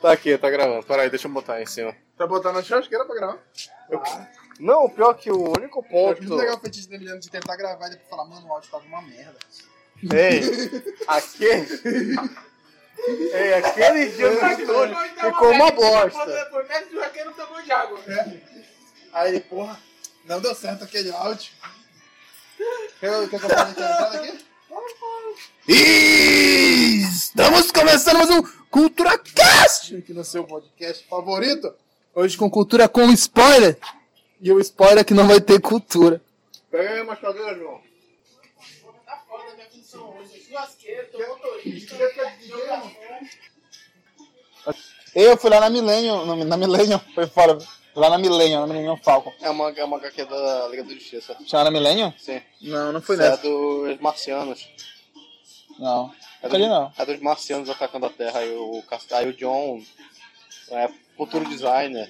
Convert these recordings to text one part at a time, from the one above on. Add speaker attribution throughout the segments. Speaker 1: Tá aqui, tá gravando. Peraí, deixa eu botar aí em cima.
Speaker 2: Tá botando a churrasqueira pra gravar.
Speaker 1: Não, o pior que o único
Speaker 3: Eu
Speaker 1: ponto.
Speaker 3: acho muito legal o feitiço dele de tentar gravar e depois falar, mano, o áudio tava uma merda.
Speaker 1: Ei, aquele. Ei, aquele dia no estúdio ficou uma bosta.
Speaker 2: Foi mestre churrasqueiro tomou de água.
Speaker 3: Aí ele, porra, não deu certo aquele áudio. Quer, quer que eu fale aqui na entrada aqui?
Speaker 1: E estamos começando mais um Cultura Cast!
Speaker 3: Aqui no seu podcast favorito. Hoje com cultura com spoiler. E o spoiler é que não vai ter cultura.
Speaker 2: Pega aí umas cadeiras, João.
Speaker 4: Tá foda a minha função hoje. Churrasqueiro, tô motorista.
Speaker 3: Eu fui lá na Millennium, no- na Millennium, foi fora. Lá na Millennium, na Millennium Falcon.
Speaker 1: É uma, é uma HQ da Liga da Justiça.
Speaker 3: Tinha lá na Millennium?
Speaker 1: Sim.
Speaker 3: Não, não fui
Speaker 1: É dos marcianos.
Speaker 3: Não.
Speaker 1: É
Speaker 3: Cadê não?
Speaker 1: É dos marcianos atacando a Terra. Aí o, Cas- aí o John é futuro designer,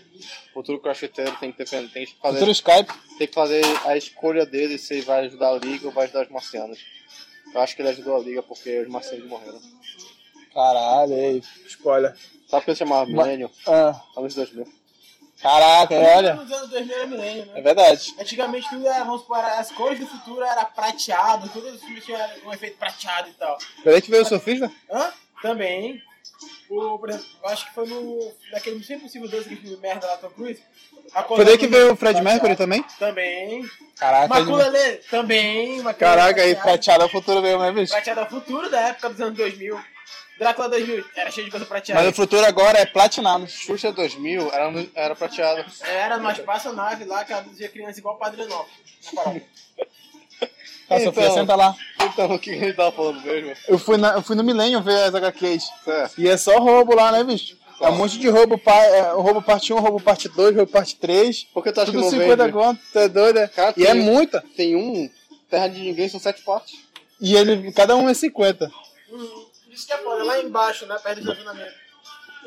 Speaker 1: futuro crocheteiro, tem que, defender, tem que fazer
Speaker 3: Cultura Skype.
Speaker 1: tem que fazer a escolha dele se ele vai ajudar a Liga ou vai ajudar os marcianos. Eu acho que ele ajudou a Liga porque os marcianos morreram.
Speaker 3: Caralho, ei.
Speaker 2: Spoiler.
Speaker 1: Sabe o que ele chamava
Speaker 3: Ma-
Speaker 1: Millennium?
Speaker 3: Ah,
Speaker 1: Anos 2000.
Speaker 3: caraca, é, olha.
Speaker 4: Nos anos 2000 era milênio, né?
Speaker 3: É verdade.
Speaker 4: Antigamente tudo era, vamos supor, as cores do futuro era prateado, todos os filmes tinham um efeito prateado e tal.
Speaker 3: Peraí que veio o surfista?
Speaker 4: Hã? Também. O, por exemplo, eu acho que foi no. Naquele Missão Impossível 2 que filme merda lá Tom Cruise. A cor
Speaker 3: Foi daí que
Speaker 4: da-
Speaker 3: veio o Fred Mercury também?
Speaker 4: Também.
Speaker 3: Caraca, ele...
Speaker 4: Maculele também. Maculele
Speaker 3: Caraca, aí
Speaker 4: prateado.
Speaker 3: prateado é o futuro mesmo, né, bicho?
Speaker 4: Prateado é o futuro da época dos anos 2000. Drácula 2000 era cheio de coisa prateada.
Speaker 3: Mas o futuro agora é platinado.
Speaker 1: Xuxa 2000 era, no- era prateado.
Speaker 4: Era numa espaçonave lá que aduzia criança igual Padre Novo.
Speaker 3: Tá, Sofia,
Speaker 1: Então.
Speaker 3: senta lá.
Speaker 1: Então, o que ele tava falando mesmo?
Speaker 3: Eu fui, na, eu fui no Millennium ver as HQs.
Speaker 1: É.
Speaker 3: E é só roubo lá, né, bicho? É um monte de roubo, pa- é, roubo parte 1, roubo parte 2, roubo parte 3.
Speaker 1: Por que tu acha
Speaker 3: Tudo
Speaker 1: que não
Speaker 3: 50
Speaker 1: vende?
Speaker 3: conto, tu é doido, né?
Speaker 1: Cara,
Speaker 3: E é
Speaker 1: tem-
Speaker 3: muita.
Speaker 1: Tem um, Terra de Ninguém, são sete partes.
Speaker 3: E ele, cada um é 50.
Speaker 4: Hum, Isso que é foda, lá embaixo, né? Perto do estacionamento.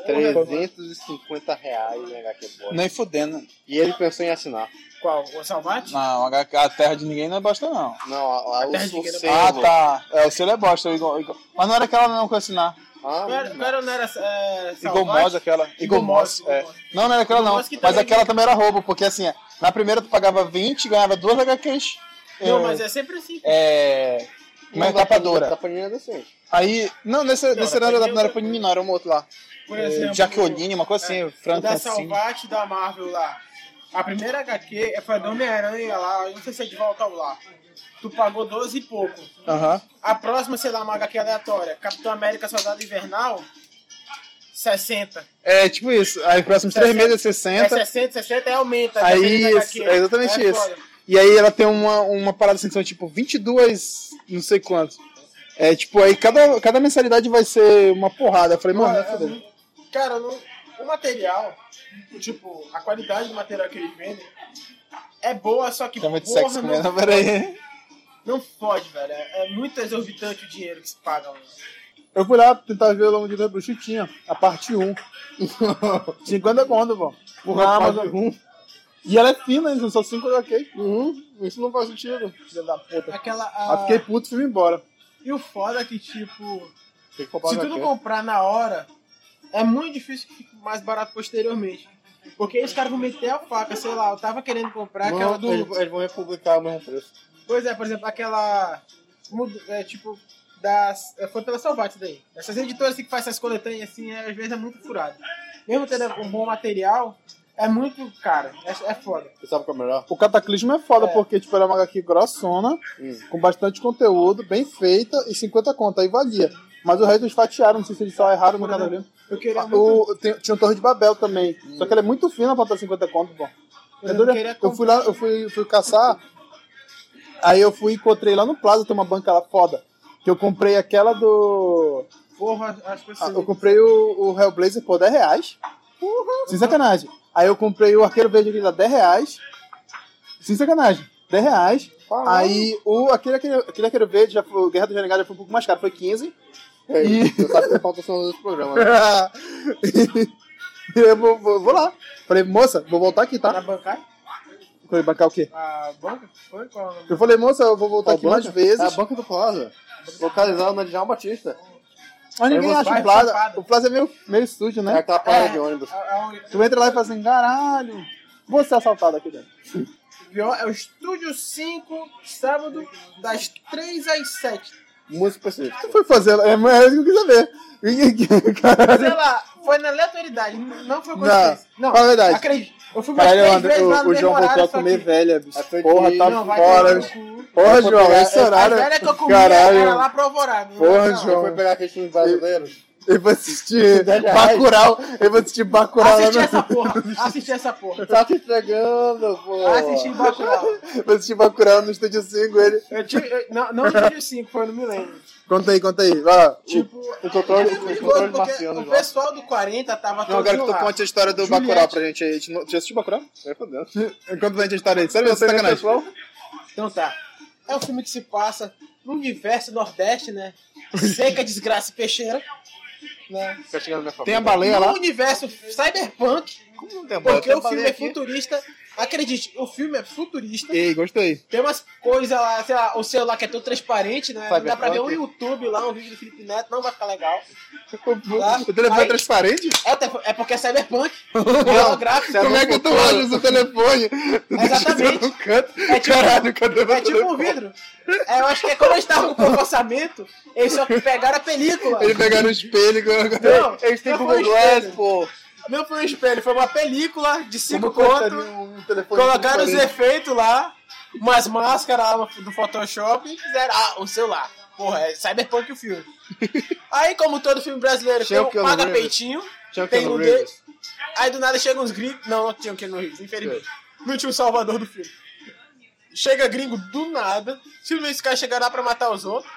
Speaker 1: 350 reais né, HQ bosta.
Speaker 3: Nem fudendo.
Speaker 1: E ele pensou em assinar.
Speaker 4: Qual? O Salmate?
Speaker 3: Não, a, a terra de ninguém não é bosta, não.
Speaker 1: Não, a, a, o,
Speaker 4: Terra de
Speaker 1: o
Speaker 4: Ninguém não-
Speaker 1: selo.
Speaker 3: Ah, tá. É, o selo é bosta. o Igor- Igor- Mas não era aquela não que eu assinar.
Speaker 1: Ah,
Speaker 4: Não era, não era, não era é,
Speaker 3: Igor Moss, aquela. Igor Moss,
Speaker 4: Igor
Speaker 3: é.
Speaker 4: Moss.
Speaker 3: Não, não era aquela
Speaker 4: Igor
Speaker 3: não.
Speaker 4: Moss que
Speaker 3: Mas
Speaker 4: também-
Speaker 3: aquela também era roubo, porque assim, na primeira tu pagava 20 e ganhava duas HQs.
Speaker 4: Não,
Speaker 3: eh,
Speaker 4: mas é sempre assim.
Speaker 3: É... Como é tapadora.
Speaker 1: Da Panini é decente.
Speaker 3: Aí... Não, nesse, nesse
Speaker 4: da
Speaker 3: era,
Speaker 4: Panini
Speaker 3: não era
Speaker 4: eu-
Speaker 3: Panini não, era um outro lá.
Speaker 4: Por
Speaker 3: Eh,
Speaker 4: exemplo, é,
Speaker 3: Jaqueline, uma coisa assim,
Speaker 4: o
Speaker 3: Franco
Speaker 4: da
Speaker 3: assim.
Speaker 4: Salvate da Marvel lá. A primeira HQ é foi a do Homem-Aranha lá, eu não sei se é de volta ao lá. Tu pagou 12 e pouco.
Speaker 3: Aham.
Speaker 4: A próxima, sei lá, uma HQ aleatória. Capitão América Soldado Invernal, 60.
Speaker 3: É, tipo isso. Aí os próximos três meses é 60.
Speaker 4: É 60, 60 aí aumenta.
Speaker 3: Aí,
Speaker 4: dependendo da
Speaker 3: isso,
Speaker 4: HQ.
Speaker 3: é exatamente
Speaker 4: É
Speaker 3: isso.
Speaker 4: foda.
Speaker 3: E aí ela tem uma, uma parada assim, que são tipo 22, não sei quantos. É tipo, aí cada, cada mensalidade vai ser uma porrada. Eu falei, mano, vai foder.
Speaker 4: É, né? Cara, não- o material, tipo, a qualidade do material que eles vendem é boa, só que
Speaker 3: Tem muito
Speaker 4: porra, né?
Speaker 3: sexo
Speaker 4: não,
Speaker 3: mesmo, peraí.
Speaker 4: não fode, velho. É, é muito exorbitante o dinheiro que se paga. mano.
Speaker 3: Eu fui lá tentar ver o Longo de Deus Bruxo tinha a parte 1. 50 conto, pô.
Speaker 2: Porra,
Speaker 3: Na
Speaker 2: parte
Speaker 3: Amazon. é um. E ela é fina, hein? são 5 HK.
Speaker 2: Uhum. Isso não faz sentido.
Speaker 3: Filha da puta.
Speaker 4: Aquela.
Speaker 3: Aí
Speaker 4: A...
Speaker 3: Ah, fiquei puto e fui embora.
Speaker 4: E o foda é que, tipo,
Speaker 1: Tem que comprar
Speaker 4: se tu
Speaker 1: HQ.
Speaker 4: não comprar na hora, é muito difícil que fique mais barato posteriormente. Porque os caras vão meter a faca, sei lá, eu tava querendo comprar
Speaker 1: Não,
Speaker 4: aquela do.
Speaker 1: eles, eles vão republicar o mesmo preço.
Speaker 4: Pois é, por exemplo, aquela. mud- É, tipo, das. é, Foi pela Salvate daí. Essas editoras assim, que fazem essas coletâneas assim, é, às vezes é muito furado. Mesmo tendo um bom material, é muito cara. É, é foda.
Speaker 1: Você sabe qual é o melhor?
Speaker 3: O Cataclismo é foda,
Speaker 4: É.
Speaker 3: porque tipo, era uma HQ grossona,
Speaker 1: Hum.
Speaker 3: com bastante conteúdo, bem feita e 50 conto, aí valia. Mas o resto eles fatiaram, não sei se eles só erraram no Cataclismo.
Speaker 4: Eu queria
Speaker 3: Ah,
Speaker 4: né? é muito.
Speaker 3: o- tem- tinha um Torre de Babel também. Só que ela é muito fina pra estar 50 conto, pô.
Speaker 4: Eu
Speaker 3: É doida?
Speaker 4: queria
Speaker 3: Eu fui lá, eu fui, fui caçar. Aí eu fui e encontrei lá no Plaza, tem uma banca lá foda. Que eu comprei aquela do.
Speaker 4: Porra, assim, acho que eu
Speaker 3: ah,
Speaker 4: sei.
Speaker 3: eu comprei o, o Hellblazer por 10 reais. Sem sacanagem. Aí eu comprei o Arqueiro Verde aquele lá 10 reais. Sem sacanagem. 10 reais. Aí o, aquele, aquele, aquele Arqueiro Verde, já foi, o Guerra do Renegado já foi um pouco mais caro, foi 15.
Speaker 1: Ei, Você sabe que falta só nos programas. Né?
Speaker 3: E eu vou, vou- vou lá. Falei, moça, vou voltar aqui,
Speaker 4: Na
Speaker 3: tá?
Speaker 4: bancária?
Speaker 3: Falei, bancar o quê?
Speaker 4: A banca? Foi? Qual é o nome?
Speaker 3: Eu falei, moça, eu vou voltar
Speaker 1: Ó,
Speaker 3: aqui mais
Speaker 1: é banca.
Speaker 3: vezes.
Speaker 1: É a Banca do Plaza. Localizado na Djalma Batista.
Speaker 3: Mas ninguém
Speaker 1: você
Speaker 3: acha
Speaker 4: vai
Speaker 3: o Plaza.
Speaker 4: chapado.
Speaker 3: O Plaza é meio, meio estúdio,
Speaker 1: É
Speaker 3: né?
Speaker 1: aquela parada
Speaker 4: É.
Speaker 1: de ônibus.
Speaker 4: A- a única-
Speaker 3: Tu entra lá e fala assim, caralho, vou ser assaltado aqui dentro.
Speaker 4: Pior é o Estúdio 5, sábado, das 3 às 7.
Speaker 1: Muito específico.
Speaker 3: Tu foi fazer, é, é isso que eu quis saber. Caralho.
Speaker 4: Sei lá, foi na aleatoriedade, não foi
Speaker 3: Não,
Speaker 4: coincidência. Não,
Speaker 3: fala a verdade.
Speaker 4: acredito. Eu fui mais
Speaker 3: Caralho,
Speaker 4: três
Speaker 3: André,
Speaker 4: vezes lá no
Speaker 3: o, o
Speaker 4: mesmo
Speaker 3: João
Speaker 4: horário,
Speaker 3: voltou a
Speaker 4: só que-
Speaker 3: comer velha, bicho.
Speaker 1: É porque-
Speaker 3: Porra, tá
Speaker 4: Não, vai
Speaker 3: fora,
Speaker 4: tomar
Speaker 3: bicho.
Speaker 4: no cu.
Speaker 3: Porra, João,
Speaker 1: É,
Speaker 3: esse
Speaker 4: A
Speaker 3: horário.
Speaker 4: velha que eu comia era
Speaker 3: Caralho.
Speaker 4: lá pro Alvorada. né?
Speaker 3: Porra,
Speaker 4: Não,
Speaker 3: João.
Speaker 1: Eu fui pegar aqueles filmes brasileiros.
Speaker 3: Eu vou assistir
Speaker 1: Dez reais.
Speaker 3: Bacurau. Eu vou assistir Bacurau lá né?
Speaker 4: Assisti
Speaker 3: na.
Speaker 4: essa porra, assisti essa porra.
Speaker 1: Tá te entregando, pô.
Speaker 4: Assisti em Bacurau.
Speaker 3: Vou assistir Bacurau no Estúdio 5. Ele...
Speaker 4: Eu tive, eu- não, não no Estúdio 5, foi no Milênio.
Speaker 3: Conta aí, conta aí. Vai lá.
Speaker 4: Tipo,
Speaker 1: O controle,
Speaker 4: é
Speaker 1: o
Speaker 4: perigoso,
Speaker 1: controle
Speaker 4: porque
Speaker 1: marciano
Speaker 4: o
Speaker 1: lá.
Speaker 4: pessoal do 40 tava
Speaker 1: Não, eu quero
Speaker 4: todo
Speaker 1: que tu
Speaker 4: lá.
Speaker 1: conte a história do
Speaker 4: Juliette.
Speaker 1: Bacurau pra gente aí. A gente não- Já assistiu Bacurau? Vai fodendo.
Speaker 3: Conta pra gente a história aí. Sério, você tá sacanagem.
Speaker 1: pessoal?
Speaker 4: Então tá. É um filme que se passa no universo nordeste, né? Seca, desgraça e peixeira. Né?
Speaker 1: Tá chegando minha
Speaker 3: Tem a
Speaker 1: família.
Speaker 3: baleia
Speaker 4: no
Speaker 3: lá?
Speaker 4: universo cyberpunk,
Speaker 1: Como não tem a
Speaker 4: porque
Speaker 1: Tem
Speaker 4: o filme
Speaker 1: baleia
Speaker 4: é
Speaker 1: aqui.
Speaker 4: futurista. Acredite, o filme é futurista.
Speaker 3: Ei, gostei.
Speaker 4: Tem umas coisas lá, sei lá, o celular que é todo transparente, né? Não dá pra ver um
Speaker 1: Cyberpunk.
Speaker 4: YouTube lá, um vídeo do Felipe Neto, não vai ficar legal.
Speaker 3: O telefone é
Speaker 4: Aí-
Speaker 3: transparente?
Speaker 4: É, o telefone- é porque é cyberpunk, é holográfico.
Speaker 3: Como é que tu olha o seu telefone? Tu deixa
Speaker 4: Exatamente.
Speaker 3: no canto.
Speaker 4: É tipo-
Speaker 3: Caralho, cadê meu
Speaker 4: É tipo um
Speaker 3: telefone?
Speaker 4: vidro. É, eu acho que é quando eles estavam com o orçamento, eles só pegaram a película.
Speaker 3: Ele pegaram o espelho e colocou-
Speaker 4: Não,
Speaker 1: Eles têm
Speaker 4: não
Speaker 1: Google
Speaker 4: foi um espelho.
Speaker 1: Glass, pô.
Speaker 4: Não foi um espelho, foi uma película de cinco
Speaker 3: Como cortaria
Speaker 4: contos.
Speaker 3: um telefone
Speaker 4: Colocaram os
Speaker 3: transparente?
Speaker 4: efeitos lá, umas máscaras lá do Photoshop e fizeram ah, o celular. Porra, é Cyberpunk o filme. Aí, como todo filme brasileiro,
Speaker 1: Tinha
Speaker 4: tem
Speaker 1: o
Speaker 4: um
Speaker 1: Keanu
Speaker 4: paga
Speaker 1: Reeves.
Speaker 4: peitinho,
Speaker 1: Tinha o
Speaker 4: tem
Speaker 1: Keanu
Speaker 4: um de...
Speaker 1: Reeves.
Speaker 4: Aí do nada chegam uns gringos. Não, não tinha o Keanu Reeves, infelizmente. Não tinha o salvador do filme. Chega gringo do nada, simplesmente os caras chegaram lá pra matar os outros.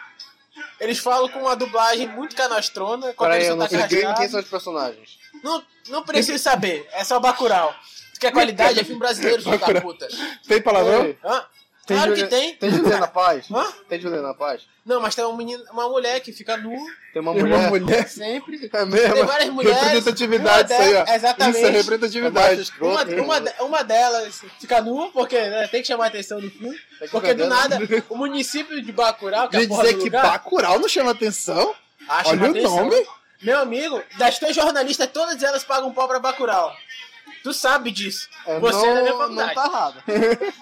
Speaker 4: Eles falam com uma dublagem muito canastrona. quando
Speaker 1: Peraí,
Speaker 4: eles
Speaker 1: eu não
Speaker 4: sotaque
Speaker 1: sei quem, é
Speaker 4: rasgado.
Speaker 1: quem são os personagens.
Speaker 4: Não, não preciso saber. É só Bacurau. Tu quer qualidade? É filme brasileiro, filho da puta.
Speaker 3: Tem palavrão?
Speaker 1: Ei,
Speaker 4: Hã?
Speaker 1: tem
Speaker 4: Claro que
Speaker 1: Julia-
Speaker 4: tem.
Speaker 1: Tá Tem Juliana Paz?
Speaker 4: Hã?
Speaker 1: Tem Juliana Paz?
Speaker 4: Não, mas tem um menino, uma mulher que fica nua.
Speaker 1: Tem uma
Speaker 3: Tem uma
Speaker 1: mulher.
Speaker 3: mulher.
Speaker 4: Sempre.
Speaker 3: É mesmo?
Speaker 4: Tem várias mulheres,
Speaker 3: Representatividade,
Speaker 4: uma
Speaker 3: isso aí,
Speaker 4: delas-
Speaker 3: ó.
Speaker 4: exatamente.
Speaker 3: Isso é
Speaker 1: É baixo
Speaker 3: representatividade.
Speaker 1: escroto,
Speaker 4: Uma,
Speaker 1: né?
Speaker 4: uma, de- uma delas fica nua, porque né, tem que chamar a atenção do filme.
Speaker 3: Tá
Speaker 1: Tem que
Speaker 4: Porque do
Speaker 1: ficar
Speaker 4: nada, o município de Bacurau, que é
Speaker 3: Quer
Speaker 4: a porra
Speaker 3: dizer
Speaker 4: do
Speaker 3: que
Speaker 4: lugar,
Speaker 3: Bacurau não chama atenção?
Speaker 4: acha
Speaker 3: Olha
Speaker 4: uma
Speaker 3: o
Speaker 4: atenção.
Speaker 3: nome.
Speaker 4: Meu amigo, das três jornalistas, todas elas pagam um pau pra Bacurau. Tu sabe disso.
Speaker 1: É,
Speaker 4: Você é da minha
Speaker 1: não, não
Speaker 4: faculdade.
Speaker 1: tá errado.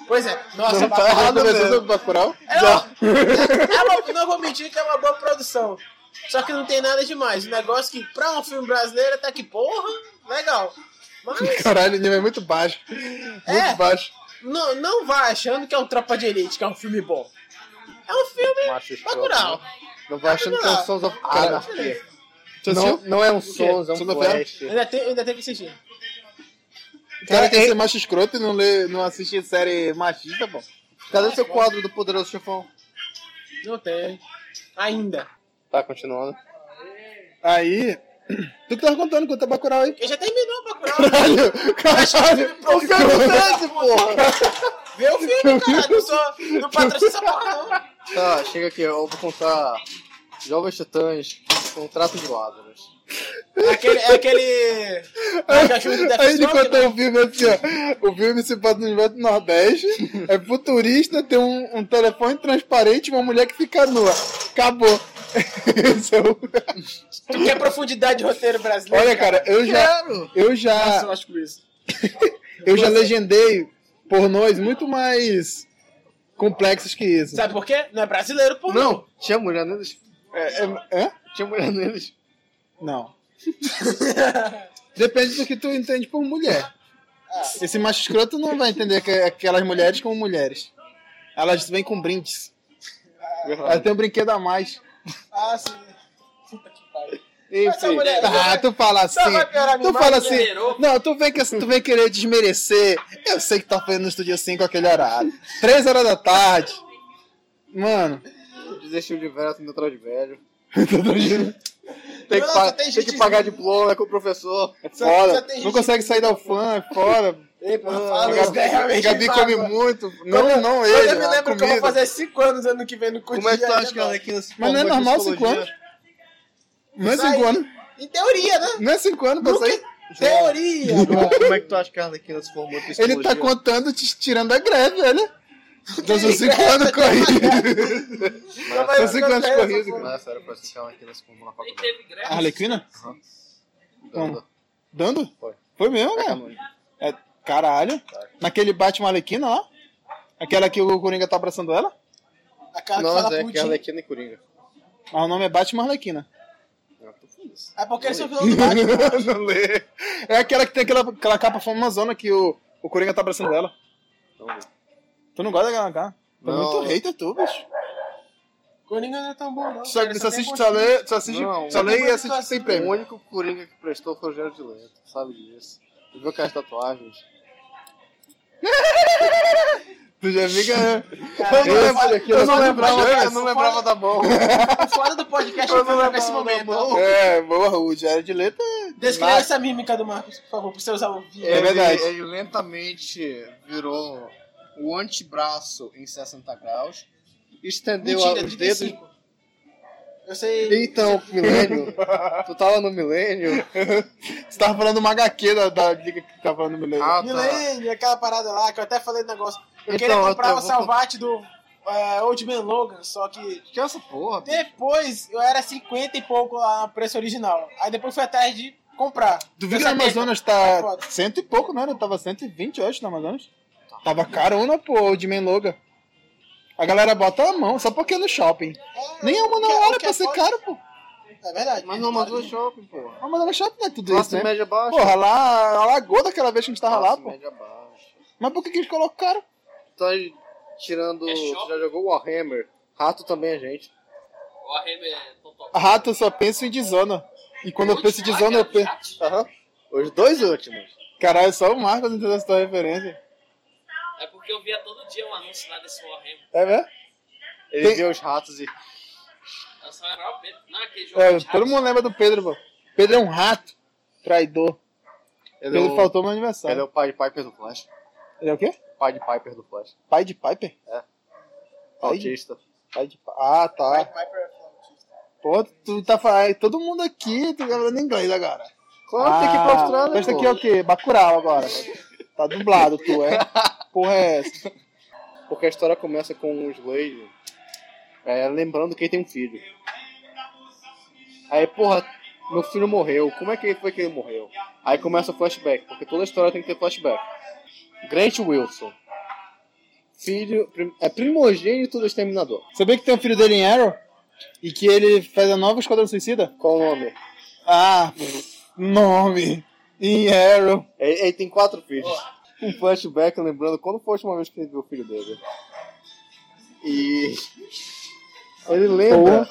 Speaker 4: Pois é. Nossa,
Speaker 3: Não tá
Speaker 4: Bacurau
Speaker 3: errado
Speaker 4: também.
Speaker 3: mesmo. sobre Bacurau?
Speaker 4: É uma, é uma- não vou mentir que é uma boa produção. Só que não tem nada demais. Um negócio que, pra um filme brasileiro, até que porra, legal. Mas
Speaker 3: Caralho, o nível é muito baixo.
Speaker 4: É.
Speaker 3: Muito baixo.
Speaker 4: não, não vá achando que é um Tropa de Elite, que é um filme bom. É um
Speaker 1: Macho
Speaker 4: filme
Speaker 1: escroto,
Speaker 4: natural.
Speaker 1: Não vai achando que é um Sons of Anarchy. Não, não é um Sons, é um
Speaker 3: Sons of Anarchy?
Speaker 1: Flash.
Speaker 4: Ainda tem, ainda tem que assistir.
Speaker 3: O
Speaker 4: É,
Speaker 3: cara quer ser macho escroto e não, lê, não assiste série machista, pô.
Speaker 1: Cadê seu quadro do Poderoso Chefão?
Speaker 4: Não tem. Ainda.
Speaker 1: Tá, continuando.
Speaker 3: Aí... Tu que tava contando quanto é Bacurau aí?
Speaker 4: Porque já terminou o Bacurau.
Speaker 3: Caralho! Caralho!
Speaker 1: O que acontece, porra?
Speaker 4: Vê o filme, cara. Não, sou, não patrocina essa porra, não.
Speaker 1: Tá, chega aqui, eu vou contar. Jovens Titãs, Contrato de Lázaro.
Speaker 4: Aquele, é aquele... Pikachu do Death
Speaker 3: Aí ele
Speaker 4: Stroke,
Speaker 3: contou
Speaker 4: né?
Speaker 3: o filme assim, ó. O filme se passa no universo do Nordeste, é futurista, tem um, um telefone transparente e uma mulher que fica nua. Acabou. Esse é o-
Speaker 4: Tu quer profundidade de roteiro brasileiro?
Speaker 3: Olha, cara, eu já. Eu
Speaker 4: Nossa, eu
Speaker 3: já.
Speaker 4: acho que isso.
Speaker 3: Eu já legendei pornôs muito mais complexos que isso.
Speaker 4: Sabe por quê? Não é brasileiro, por
Speaker 1: Não, tinha mulher neles?
Speaker 3: É, é- hã?
Speaker 1: Tinha mulher neles?
Speaker 3: Não. Depende do que tu entende por mulher.
Speaker 4: Ah.
Speaker 3: Esse macho escroto não vai entender que- é aquelas mulheres como mulheres. Elas vêm com brindes. Ela tem um brinquedo a mais.
Speaker 4: Ah, sim. Puta que pariu. Essa
Speaker 1: Enfim,
Speaker 4: mulher...
Speaker 3: Ah, tu fala assim.
Speaker 4: Só vai piorar minha
Speaker 3: Tu fala
Speaker 4: imagem,
Speaker 3: assim.
Speaker 4: zerou.
Speaker 3: Não, tu vem, que, tu vem querer desmerecer. Eu sei que tá fazendo no Estúdio 5 aquele horário. Três horas da tarde. Mano.
Speaker 1: desistiu de velho, atendeu atrás de velho. Tem que,
Speaker 4: Nossa,
Speaker 1: pa-
Speaker 4: tem
Speaker 1: tem
Speaker 4: gente
Speaker 1: que pagar diploma com o professor.
Speaker 3: É
Speaker 4: Só- só
Speaker 3: foda.
Speaker 4: tem gente-
Speaker 3: Não consegue sair da alfã, é foda.
Speaker 4: Ei, porra,
Speaker 1: Ah,
Speaker 3: A
Speaker 4: fala isso,
Speaker 3: Gabi,
Speaker 4: né?
Speaker 3: a
Speaker 4: Realmente
Speaker 3: Gabi come
Speaker 4: impacta.
Speaker 3: muito. Não, não
Speaker 4: Quando
Speaker 3: ele.
Speaker 4: eu me
Speaker 3: a
Speaker 4: lembro que eu
Speaker 3: comida.
Speaker 4: vou fazer 5 anos ano que vem no né? curso
Speaker 1: Como é que
Speaker 4: de
Speaker 1: tu acha que
Speaker 4: direito,
Speaker 1: ela aqui nesse
Speaker 3: Mas não
Speaker 1: formou
Speaker 3: é
Speaker 1: em
Speaker 3: normal cinco
Speaker 1: psicologia?
Speaker 3: anos? Não é
Speaker 4: Sai.
Speaker 3: cinco anos.
Speaker 4: Em teoria, né?
Speaker 3: Não é cinco anos pra
Speaker 4: Nunca-
Speaker 3: sair.
Speaker 4: Teoria!
Speaker 1: Como é que tu é acha que a Arlequina se formou em
Speaker 3: Ele tá
Speaker 1: psicologia?
Speaker 3: contando, te tirando a greve, olha. Então são cinco anos corridos. São cinco anos corridos.
Speaker 1: Não, é sério, foi assim que ela que elas compram na
Speaker 5: Nem
Speaker 1: faculdade.
Speaker 5: teve greve.
Speaker 3: A Arlequina?
Speaker 1: Dando.
Speaker 3: Dando?
Speaker 1: Foi.
Speaker 3: Foi mesmo,
Speaker 1: Tá
Speaker 3: né?
Speaker 1: no-
Speaker 3: Caralho. Naquele Batman Arlequina lá? Aquela que o Coringa tá abraçando ela?
Speaker 4: Aquela que
Speaker 1: Nossa,
Speaker 4: fala
Speaker 1: é
Speaker 4: Putin.
Speaker 1: que é Arlequina e Coringa.
Speaker 3: Mas o nome é Batman Arlequina.
Speaker 1: Ah, tô feliz.
Speaker 4: É porque eles são vilão do Batman.
Speaker 3: Não lê. É aquela que tem aquela, aquela capa famosona que o, o Coringa tá abraçando ela.
Speaker 1: Não, não.
Speaker 3: Tu não gosta daquela capa? Tu é
Speaker 1: Não.
Speaker 3: muito hater tu, bicho.
Speaker 4: Coringa não é tão bom, não.
Speaker 3: Tu só,
Speaker 4: cara,
Speaker 3: tu
Speaker 4: só
Speaker 3: só
Speaker 4: tem
Speaker 3: assiste,
Speaker 4: Coringa.
Speaker 3: só lê, só assiste,
Speaker 1: Não,
Speaker 3: só lê e
Speaker 4: mas
Speaker 3: assiste
Speaker 4: tu
Speaker 3: sem
Speaker 4: assiste-
Speaker 1: O
Speaker 3: prêmio.
Speaker 1: único Coringa que prestou foi o Rogério de Lento, sabe disso. Tu viu aquelas tatuagens?
Speaker 3: Tu já fica...
Speaker 4: Cara,
Speaker 3: Eu
Speaker 4: eu,
Speaker 3: não lembro- eu não lembrava- eu não
Speaker 4: lembrava
Speaker 1: da mão.
Speaker 4: Fora do podcast, eu não nesse momento.
Speaker 3: É, boa, o Jared Leto
Speaker 1: é
Speaker 4: Descreva essa mímica do Marcos, por favor, pros seus ouvintes.
Speaker 1: né?
Speaker 3: É verdade.
Speaker 1: Ele, ele lentamente virou o antebraço em 60 graus, estendeu
Speaker 4: Mentira,
Speaker 1: os dedos.
Speaker 4: 35. Eu sei.
Speaker 1: Então, Milênio, tu tava no Milênio?
Speaker 3: Você tava falando uma HQ da, da liga que tava falando do Milênio.
Speaker 1: Ah,
Speaker 4: Milênio, aquela parada lá que eu até falei do negócio. Eu
Speaker 1: Então,
Speaker 4: queria comprar
Speaker 1: eu
Speaker 4: o
Speaker 1: vou-
Speaker 4: Salvate do é, Old Man Logan, só que
Speaker 1: Que é essa porra?
Speaker 4: depois eu era 50 e pouco lá no preço original. Aí depois fui atrás de comprar.
Speaker 3: Tu viu
Speaker 4: Eu
Speaker 3: que na
Speaker 4: sabia.
Speaker 3: Amazonas
Speaker 4: Tá
Speaker 3: tá
Speaker 4: foda. Tá.
Speaker 3: cento e pouco, não era? Tava 120 hoje na Amazonas. Tava carona, pô, de Menloga. A galera bota a mão, só porque é no shopping.
Speaker 4: É,
Speaker 3: Nem uma na
Speaker 4: o que é- o
Speaker 3: hora
Speaker 4: que
Speaker 3: pra
Speaker 4: é
Speaker 3: ser
Speaker 4: foda-
Speaker 3: caro, pô.
Speaker 4: É verdade.
Speaker 1: Mas não mandou shopping, porra.
Speaker 6: Ah,
Speaker 3: A Amazonas shopping não é tudo
Speaker 1: Classe
Speaker 3: isso, né?
Speaker 1: média baixa.
Speaker 3: Porra, lá alagou daquela vez que a gente tava lá,
Speaker 1: Classe
Speaker 3: pô.
Speaker 1: média baixa.
Speaker 3: Mas por que que eles colocaram?
Speaker 1: Tá tirando.
Speaker 5: É
Speaker 1: tu
Speaker 5: shopping?
Speaker 1: já jogou Warhammer? Rato também é gente.
Speaker 5: O Arreme é total.
Speaker 3: Rato, eu só penso em Dizona. E quando eu penso em Dizona, eu penso...
Speaker 1: Aham. Os dois últimos.
Speaker 3: Caralho, só o Marcos entendeu essa tua referência.
Speaker 5: É porque eu via todo dia um anúncio lá desse Warhammer.
Speaker 3: É mesmo?
Speaker 1: Ele
Speaker 3: Tem-
Speaker 1: vê os ratos e.
Speaker 5: Eu só era o Pedro. Não, aquele jogo.
Speaker 3: É,
Speaker 5: de
Speaker 3: todo mundo lembra do Pedro, pô. Pedro é um rato. Traidor.
Speaker 1: Ele, é
Speaker 3: Pedro
Speaker 1: o-
Speaker 3: faltou no
Speaker 1: ele é
Speaker 3: aniversário.
Speaker 1: o pai de Piper do Flash.
Speaker 3: Ele é o quê?
Speaker 1: Pai de Piper do Flash.
Speaker 3: Pai de Piper? Pai de-
Speaker 1: Autista.
Speaker 3: Pai de Piper. Ah,
Speaker 4: Vai,
Speaker 3: tá.
Speaker 4: vai pra frente.
Speaker 3: Pô, tu tá falando. Todo mundo aqui tá falando inglês agora.
Speaker 1: Claro, tem que ir pra Austrália,
Speaker 3: Isso
Speaker 1: pô.
Speaker 3: aqui é o quê? Bacurau agora. Tá dublado, tu é? Porra, é essa?
Speaker 1: Porque a história começa com os dois é, lembrando quem tem um filho. Aí, porra, meu filho morreu. Como é que foi que ele morreu? Aí começa o flashback, porque toda história tem que ter flashback. Grant Wilson. Filho. prim- é primogênito do exterminador.
Speaker 3: Sabia que tem um filho dele em Arrow? E que ele faz a nova Esquadrão Suicida?
Speaker 1: Qual o nome?
Speaker 3: Ah, pff, nome. Em Arrow.
Speaker 1: Ele, ele tem quatro filhos. Um flashback lembrando quando foi a última vez que ele viu o filho dele. E. Ele lembra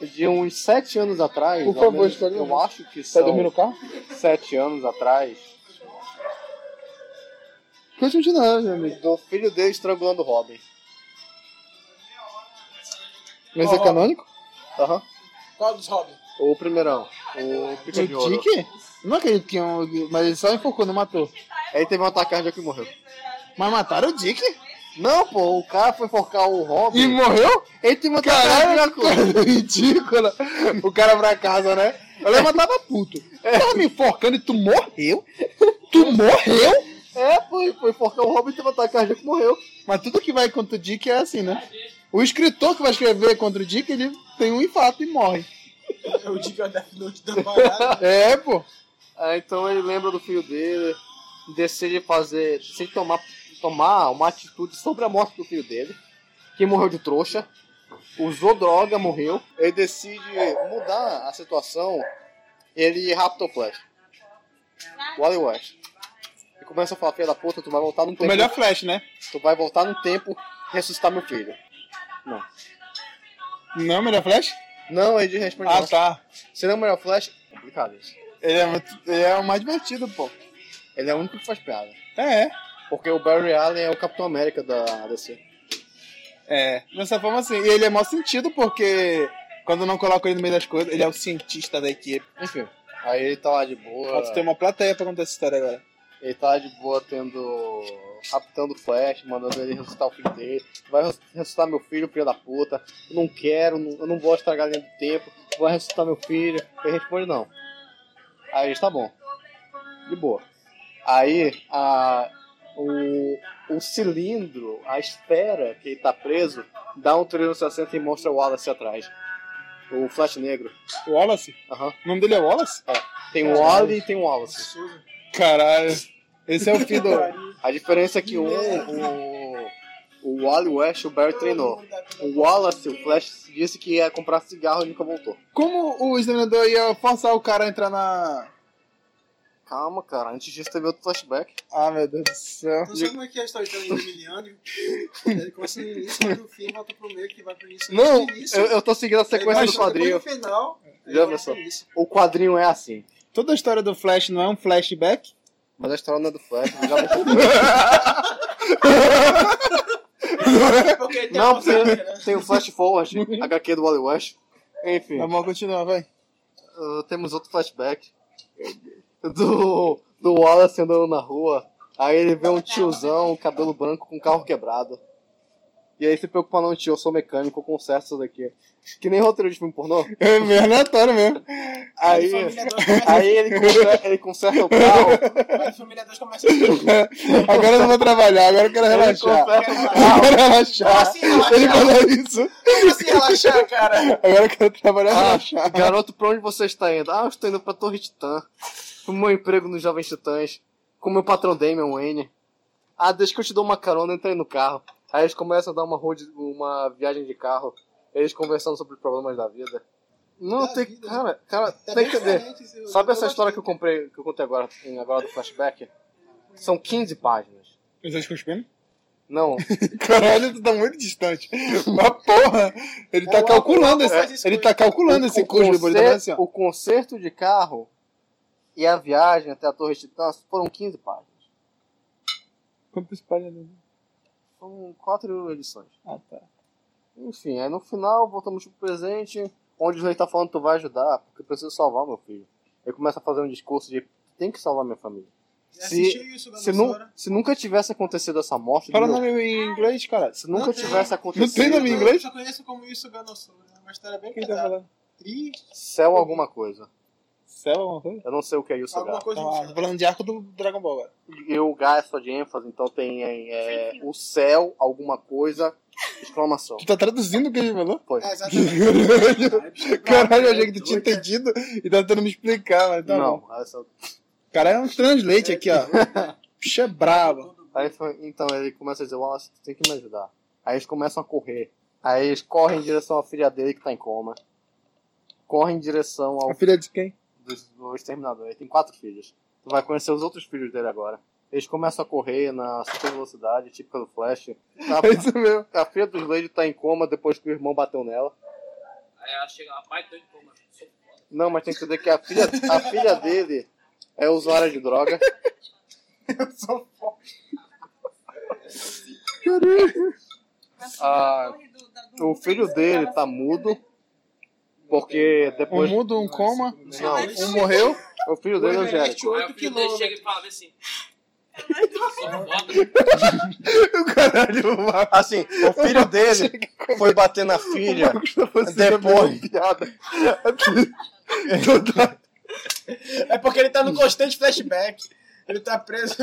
Speaker 1: de uns sete anos atrás.
Speaker 3: Por
Speaker 1: ao
Speaker 3: favor,
Speaker 1: menos,
Speaker 3: escolhe
Speaker 1: Eu
Speaker 3: um.
Speaker 1: acho que
Speaker 3: Tá
Speaker 1: são.
Speaker 3: dormindo no carro?
Speaker 1: sete anos atrás,
Speaker 3: Continua, meu amigo.
Speaker 1: do filho dele estrangulando o Robin.
Speaker 3: Mas é canônico?
Speaker 1: Aham.
Speaker 4: Qual dos Robin?
Speaker 1: O primeirão, o Pica é de Ouro.
Speaker 3: Tique? Não acredito que um. Mas ele só enfocou, não matou.
Speaker 1: Aí teve um ataque cardíaco e morreu.
Speaker 3: Mas mataram o Dick?
Speaker 1: Não, pô, o cara Ah, foi forcar o
Speaker 3: E
Speaker 1: Robin.
Speaker 3: morreu?
Speaker 1: Ele teve um ataque
Speaker 3: Caralho,
Speaker 1: cardíaco.
Speaker 3: cara, ridícula. O cara pra casa, né? É. Eu levantava puto. Tu Tava me enforcando e tu morreu? Tu morreu?
Speaker 1: É, foi, foi forcar o Robin, teve
Speaker 6: Tá
Speaker 1: um ataque cardíaco e morreu.
Speaker 3: Mas tudo que vai contra o Dick é assim, né? O escritor que vai escrever contra o Dick, ele tem um infarto e morre.
Speaker 4: Eu digo que é o Death Note da parada.
Speaker 7: né?
Speaker 3: É, pô.
Speaker 1: Ah, então ele lembra do filho dele, decide fazer, decide tomar, tomar uma atitude sobre a morte do filho dele, que morreu de trouxa, usou droga, morreu. Ele decide mudar a situação, ele rapta o Flash. O Wally West. E começa a falar, filha da puta, tu vai voltar num
Speaker 3: O
Speaker 1: tempo,
Speaker 3: melhor Flash, né?
Speaker 1: tu vai voltar num tempo ressuscitar meu filho.
Speaker 3: Não é o melhor Flash?
Speaker 1: Não, ele responde,
Speaker 3: Ah,
Speaker 1: ah,
Speaker 3: tá.
Speaker 1: se não é o melhor Flash, complicado isso.
Speaker 3: Ele é, muito- ele é o mais divertido, pô.
Speaker 1: Ele é o único que faz piada.
Speaker 3: É, é.
Speaker 1: Porque o Barry Allen é o Capitão América da DC.
Speaker 3: É, dessa forma assim. E ele é mau sentido porque quando não coloca ele no meio das coisas, ele é o cientista da equipe.
Speaker 1: Enfim, aí ele tá lá de boa.
Speaker 3: Pô, tu tem uma plateia pra contar essa história agora.
Speaker 1: Ele tá lá de boa tendo. raptando o Flash, mandando ele ressuscitar o filho dele. Vai res- ressuscitar meu filho, filho da puta. Eu não quero, não- eu não vou estragar a linha do tempo. Vai ressuscitar meu filho. Ele responde não. Aí ele tá bom. De boa. Aí a o, o cilindro, a esfera que tá preso, dá um 360 e mostra o Wallace atrás. O Flash Negro.
Speaker 3: Wallace?
Speaker 1: Aham.
Speaker 3: O nome dele é Wallace?
Speaker 1: Tem o Wally e tem o Wallace.
Speaker 3: Caralho. Esse é o fim do.
Speaker 1: A diferença é que um, o, o Wally West, o Barry treinou. O Wallace, o Flash, disse que ia comprar cigarro e nunca voltou.
Speaker 6: Como o exterminador ia forçar o cara a entrar na.
Speaker 1: Calma, cara, antes disso teve outro flashback.
Speaker 6: Ah, meu Deus do céu.
Speaker 7: Não sabe como é que é a história de Emiliano? Ele começa no início, vai pro fim, volta pro meio, que vai pro início.
Speaker 1: Não,
Speaker 7: pro início,
Speaker 1: eu, eu tô seguindo a sequência do
Speaker 7: Aí vai-
Speaker 1: quadrinho.
Speaker 7: depois No final, aí
Speaker 1: Já
Speaker 7: vai
Speaker 1: pensou?
Speaker 7: pro início.
Speaker 1: O quadrinho é assim.
Speaker 3: Toda a história do Flash não é um flashback?
Speaker 1: Mas a história não é do Flash, eu já vou
Speaker 7: É
Speaker 4: Porque tem
Speaker 1: Não,
Speaker 4: uma música, né?
Speaker 1: Tem o Flash Forward, HQ do Wally West. Enfim,
Speaker 3: É
Speaker 6: Tá bom, continua, vai.
Speaker 1: uh, temos outro flashback do, do Wallace andando na rua. Aí ele vê um tiozão, cabelo branco, com um carro quebrado. E aí se preocupa não, tio, eu sou mecânico, eu conserto isso daqui. Que nem roteiro de filme pornô.
Speaker 3: É meio aleatório mesmo.
Speaker 1: Aí,
Speaker 4: Família dois começa-
Speaker 1: aí ele, conserta, ele conserta o carro.
Speaker 4: Família dois começa a chorar.
Speaker 3: Agora eu não vou trabalhar, agora eu Ah. quero
Speaker 1: Ele
Speaker 3: relaxar.
Speaker 1: conserta o
Speaker 3: Eu
Speaker 1: carro.
Speaker 3: quero relaxar.
Speaker 7: Assim,
Speaker 3: Ele falou isso.
Speaker 4: Como assim relaxar, cara?
Speaker 3: Agora eu quero trabalhar e
Speaker 1: Ah,
Speaker 3: relaxar.
Speaker 1: garoto, pra onde você está indo? Ah, eu estou indo pra Torre Titã. Pro meu emprego nos Jovens Titãs. Com meu patrão Damian Wayne. Ah, deixa que eu te dou uma carona, entra aí no carro. Aí eles começam a dar uma, road, uma viagem de carro. Eles conversando sobre os problemas da vida. Não,
Speaker 7: Da
Speaker 1: tem
Speaker 7: vida,
Speaker 3: né?
Speaker 1: Cara, cara,
Speaker 7: Tá
Speaker 1: tem
Speaker 7: bem
Speaker 1: que entender.
Speaker 7: diferente, seu-
Speaker 1: Sabe essa história que eu comprei, que eu contei agora, em- agora do flashback? São 15 páginas.
Speaker 3: Você está cuspindo?
Speaker 1: Não,
Speaker 3: Caralho, tu tá muito distante. Mas porra, ele tá calculando esse. Ele tá calculando esse cuspe, ele tá
Speaker 1: concer-
Speaker 3: fazendo assim, ó.
Speaker 1: o conserto de carro e a viagem até a Torre Titã foram 15 páginas.
Speaker 3: Quantas páginas?
Speaker 1: São quatro edições. Ah, tá. Enfim, aí no final voltamos pro presente, onde o rei tá falando tu vai ajudar, porque eu preciso salvar meu filho. Ele começa a fazer um discurso de tem que salvar minha família. Se,
Speaker 7: Assistiu isso,
Speaker 1: se,
Speaker 7: Dona
Speaker 1: nu,
Speaker 7: Sora?
Speaker 1: se nunca tivesse acontecido essa morte,
Speaker 3: Fala o
Speaker 1: meu-
Speaker 3: nome em inglês, cara.
Speaker 1: se nunca
Speaker 7: Não tem.
Speaker 1: tivesse acontecido,
Speaker 3: Não tem nome em inglês?
Speaker 7: Eu só conheço como isso, Ganossora. É uma história bem
Speaker 3: Quem tá
Speaker 7: pesada.
Speaker 3: falando?
Speaker 7: Triste,
Speaker 1: céu alguma coisa.
Speaker 3: Céu, alguma coisa?
Speaker 1: Eu não sei o que é isso,
Speaker 7: alguma
Speaker 1: cara.
Speaker 7: coisa.
Speaker 3: Ah, tô falando de arco do Dragon Ball agora.
Speaker 1: E o Gá é só de ênfase, então tem é, o céu, alguma coisa, exclamação.
Speaker 3: Tu tá traduzindo o que ele falou?
Speaker 1: Foi.
Speaker 7: É, exatamente.
Speaker 3: Caralho, eu achei que tu tinha entendido e tá tentando me explicar, mas tá bom.
Speaker 1: não, essa
Speaker 3: Caralho, é um translate aqui, ó. Puxa, é brabo.
Speaker 1: Aí ele fala- então ele começa a dizer, Wallace, tu tem que me ajudar. Aí eles começam a correr. Aí eles correm em direção à filha dele que tá em coma. Correm em direção ao
Speaker 3: A filha de quem?
Speaker 1: do, do exterminador. Ele tem quatro filhos. Tu vai conhecer os outros filhos dele agora. Eles começam a correr na super velocidade, típica do Flash.
Speaker 3: É
Speaker 1: A,
Speaker 3: isso mesmo.
Speaker 1: a filha do Slade tá em coma depois que o irmão bateu nela.
Speaker 5: Aí ela chega lá, pai, tô em coma. Sou foda.
Speaker 1: Não, mas tem que entender que a filha, a filha dele é usuária de droga. Ah, O filho dele tá mudo. Porque
Speaker 3: Um
Speaker 1: depois.
Speaker 3: mundo, um coma.
Speaker 1: Não,
Speaker 3: Um morreu.
Speaker 1: o filho dele é o Jericho.
Speaker 5: Aí o filho dele chega e fala assim. né? Sou foda.
Speaker 1: Assim, o filho dele foi bater na filha depois.
Speaker 4: É porque ele tá no constante flashback. Ele tá preso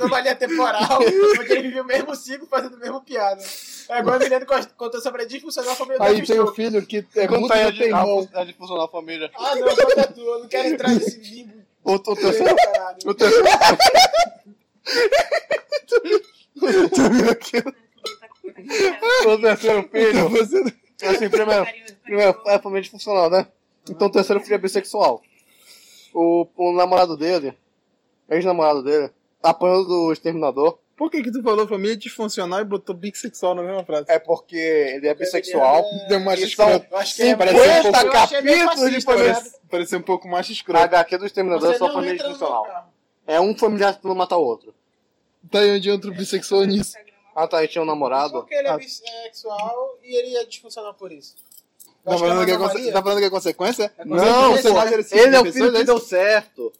Speaker 4: numa linha temporal, porque ele vive o mesmo ciclo fazendo a mesma piada. É Agora o menino cont- contou sobre a disfuncional familiar
Speaker 3: Aí
Speaker 4: do
Speaker 3: tem o
Speaker 4: jogo.
Speaker 3: filho que é muito
Speaker 1: tá a
Speaker 3: tem irmão.
Speaker 1: de funcionar a família.
Speaker 4: Ah, não, conta tu, eu não quero entrar nesse limbo.
Speaker 1: O, o
Speaker 4: dele,
Speaker 1: terceiro.
Speaker 4: caralho.
Speaker 1: O terceiro. O terceiro filho. Assim, primeiro, primeiro é a família disfuncional, né? Então o terceiro filho é bissexual. O, o namorado dele, ex-namorado dele, apanhou do exterminador.
Speaker 3: Por que que tu falou família disfuncional e botou bissexual na mesma frase?
Speaker 1: É porque ele é bissexual.
Speaker 3: Deu uma
Speaker 1: E são
Speaker 3: escrota.
Speaker 4: Eu acho que é,
Speaker 1: 50
Speaker 4: né?
Speaker 3: parece um pouco-
Speaker 1: capítulos de família.
Speaker 3: Parece, parece um pouco macho
Speaker 1: A
Speaker 6: Tá
Speaker 3: escroto.
Speaker 1: HQ do Exterminador é
Speaker 4: você
Speaker 1: só
Speaker 4: não
Speaker 1: família
Speaker 4: entra no meu
Speaker 1: disfuncional.
Speaker 4: carro.
Speaker 1: É um familiar tentando matar o outro.
Speaker 3: Tá aí onde outro bissexual nisso.
Speaker 1: Ah, tá, ele tinha um namorado.
Speaker 4: Só que ele
Speaker 3: Ah.
Speaker 4: é bissexual e ele é disfuncional por isso. Eu
Speaker 3: Tá
Speaker 4: acho que é
Speaker 3: falando,
Speaker 4: uma
Speaker 3: que é
Speaker 4: anomalia.
Speaker 3: conse- tá falando que é consequência?
Speaker 1: Não,
Speaker 4: você-
Speaker 1: pô, ele é o filho que deu certo.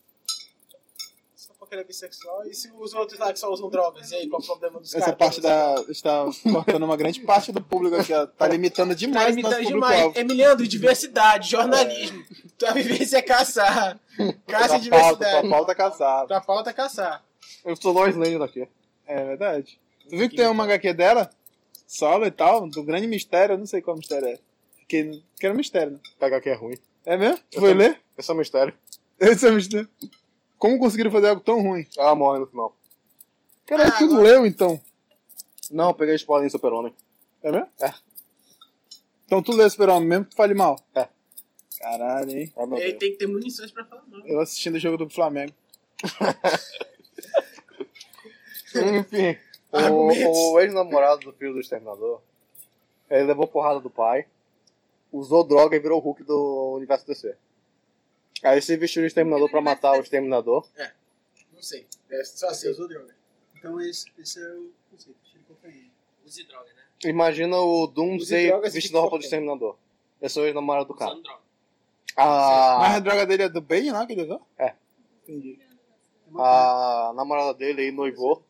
Speaker 4: Só porque ele é bissexual. E se os outros lá que só usam drogas? E aí, qual o problema dos caras?
Speaker 3: Essa parte da, está cortando uma grande parte do público aqui, ó. Tá limitando
Speaker 4: Tá
Speaker 3: demais o nosso
Speaker 4: limitando demais.
Speaker 3: público-alvo.
Speaker 4: Emiliano, diversidade, jornalismo. Tua vivência é caçar. Caça e
Speaker 3: Tá pauta, tá
Speaker 4: diversidade.
Speaker 3: pauta caçada.
Speaker 4: Tua pauta é caçar.
Speaker 1: Eu sou Lois Lane daqui.
Speaker 6: É verdade. Tu viu que tem uma HQ dela? Solo e tal, do grande mistério, eu não sei qual mistério é. Que, que era mistério, né?
Speaker 1: Cagar que é ruim.
Speaker 6: É mesmo? Tu foi ler?
Speaker 1: Esse é um mistério.
Speaker 6: Esse é o mistério. Como conseguiram fazer algo tão ruim?
Speaker 1: Ela Ah, morre no final.
Speaker 6: Caralho,
Speaker 1: Ah,
Speaker 6: tu leu então.
Speaker 1: Não, eu peguei spoiler em Super-Homem.
Speaker 6: É mesmo? É. Então tu lê Super-Homem, mesmo que tu fale mal.
Speaker 1: É.
Speaker 6: Caralho, hein?
Speaker 1: Ah, meu
Speaker 4: Ele
Speaker 1: Deus.
Speaker 4: tem que ter munições pra falar mal.
Speaker 6: Eu assistindo o jogo do Flamengo.
Speaker 1: Enfim, o, o ex-namorado do filho do exterminador, ele levou porrada do pai, usou droga e virou o Hulk do universo DC. Aí se vestiu de exterminador pra matar o exterminador.
Speaker 4: Não sei. É só sei.
Speaker 8: usou droga. Então esse, esse é o conceito, cheiro de cocaína.
Speaker 5: Use droga, né?
Speaker 1: Imagina o Doomsday
Speaker 8: Use drogas e
Speaker 1: vestido da roupa do
Speaker 8: fica
Speaker 1: exterminador. Eu sou o ex-namorado do cara.
Speaker 5: Usando droga.
Speaker 6: Mas
Speaker 1: A,
Speaker 6: a droga dele é do Bane lá que ele usou? Ah.
Speaker 1: a namorada dele aí noivou.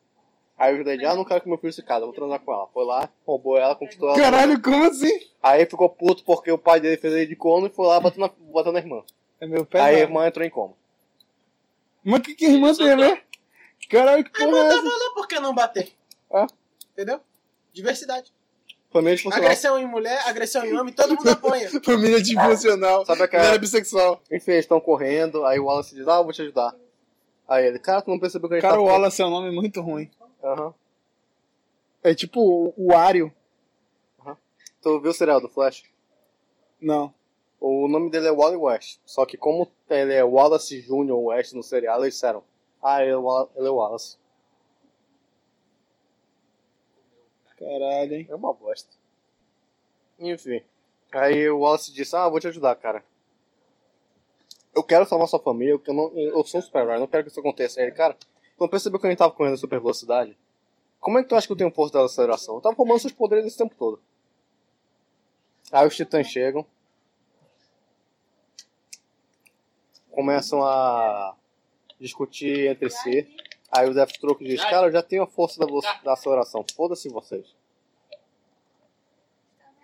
Speaker 1: Aí eu ajudei ele, ah, não quero que meu filho se case, eu vou transar com ela. Foi lá, roubou ela, conquistou ela.
Speaker 6: Caralho, como assim?
Speaker 1: Aí ficou puto porque o pai dele fez ele de corno e foi lá batendo na, bateu na irmã.
Speaker 6: É meu
Speaker 1: Aí a
Speaker 6: pé.
Speaker 1: irmã entrou em coma.
Speaker 6: Mas que, que irmã
Speaker 3: é
Speaker 6: tem, né? Caralho, que porra é
Speaker 4: Não tá
Speaker 6: essa?
Speaker 4: falando por que não bater.
Speaker 1: É.
Speaker 4: Entendeu? Diversidade.
Speaker 1: Família disfuncional.
Speaker 4: Agressão em mulher, agressão em homem, todo mundo apanha.
Speaker 6: Família disfuncional.
Speaker 1: Sabe
Speaker 6: Ele
Speaker 1: aquela,
Speaker 6: era bissexual.
Speaker 1: Enfim, eles estão correndo, aí o Wallace diz, ah, eu vou te ajudar. Aí ele, cara, tu não percebeu que a gente
Speaker 6: Cara,
Speaker 1: tá...
Speaker 6: o Wallace é um nome muito ruim.
Speaker 1: Aham.
Speaker 6: É tipo o- o Ario.
Speaker 1: Tu viu o serial do Flash?
Speaker 6: Não.
Speaker 1: O nome dele é Wally West, só que como ele é Wallace Jr. West no serial, eles disseram, ah, ele é o Wal- ele é o Wallace.
Speaker 6: Caralho, hein?
Speaker 1: É uma bosta. Enfim. Aí o Wallace disse, ah, eu vou te ajudar, cara. Eu quero salvar sua família, eu, não, eu sou um super-herói, eu não quero que isso aconteça. Aí ele, cara, tu não percebeu que a gente tava correndo a super velocidade? Como é que tu acha que eu tenho força da aceleração? Eu tava roubando seus poderes esse tempo todo. Aí os titãs chegam. Começam a discutir entre si. Aí o Deathstroke diz, cara, eu já tenho a força da, velo- da aceleração, foda-se vocês.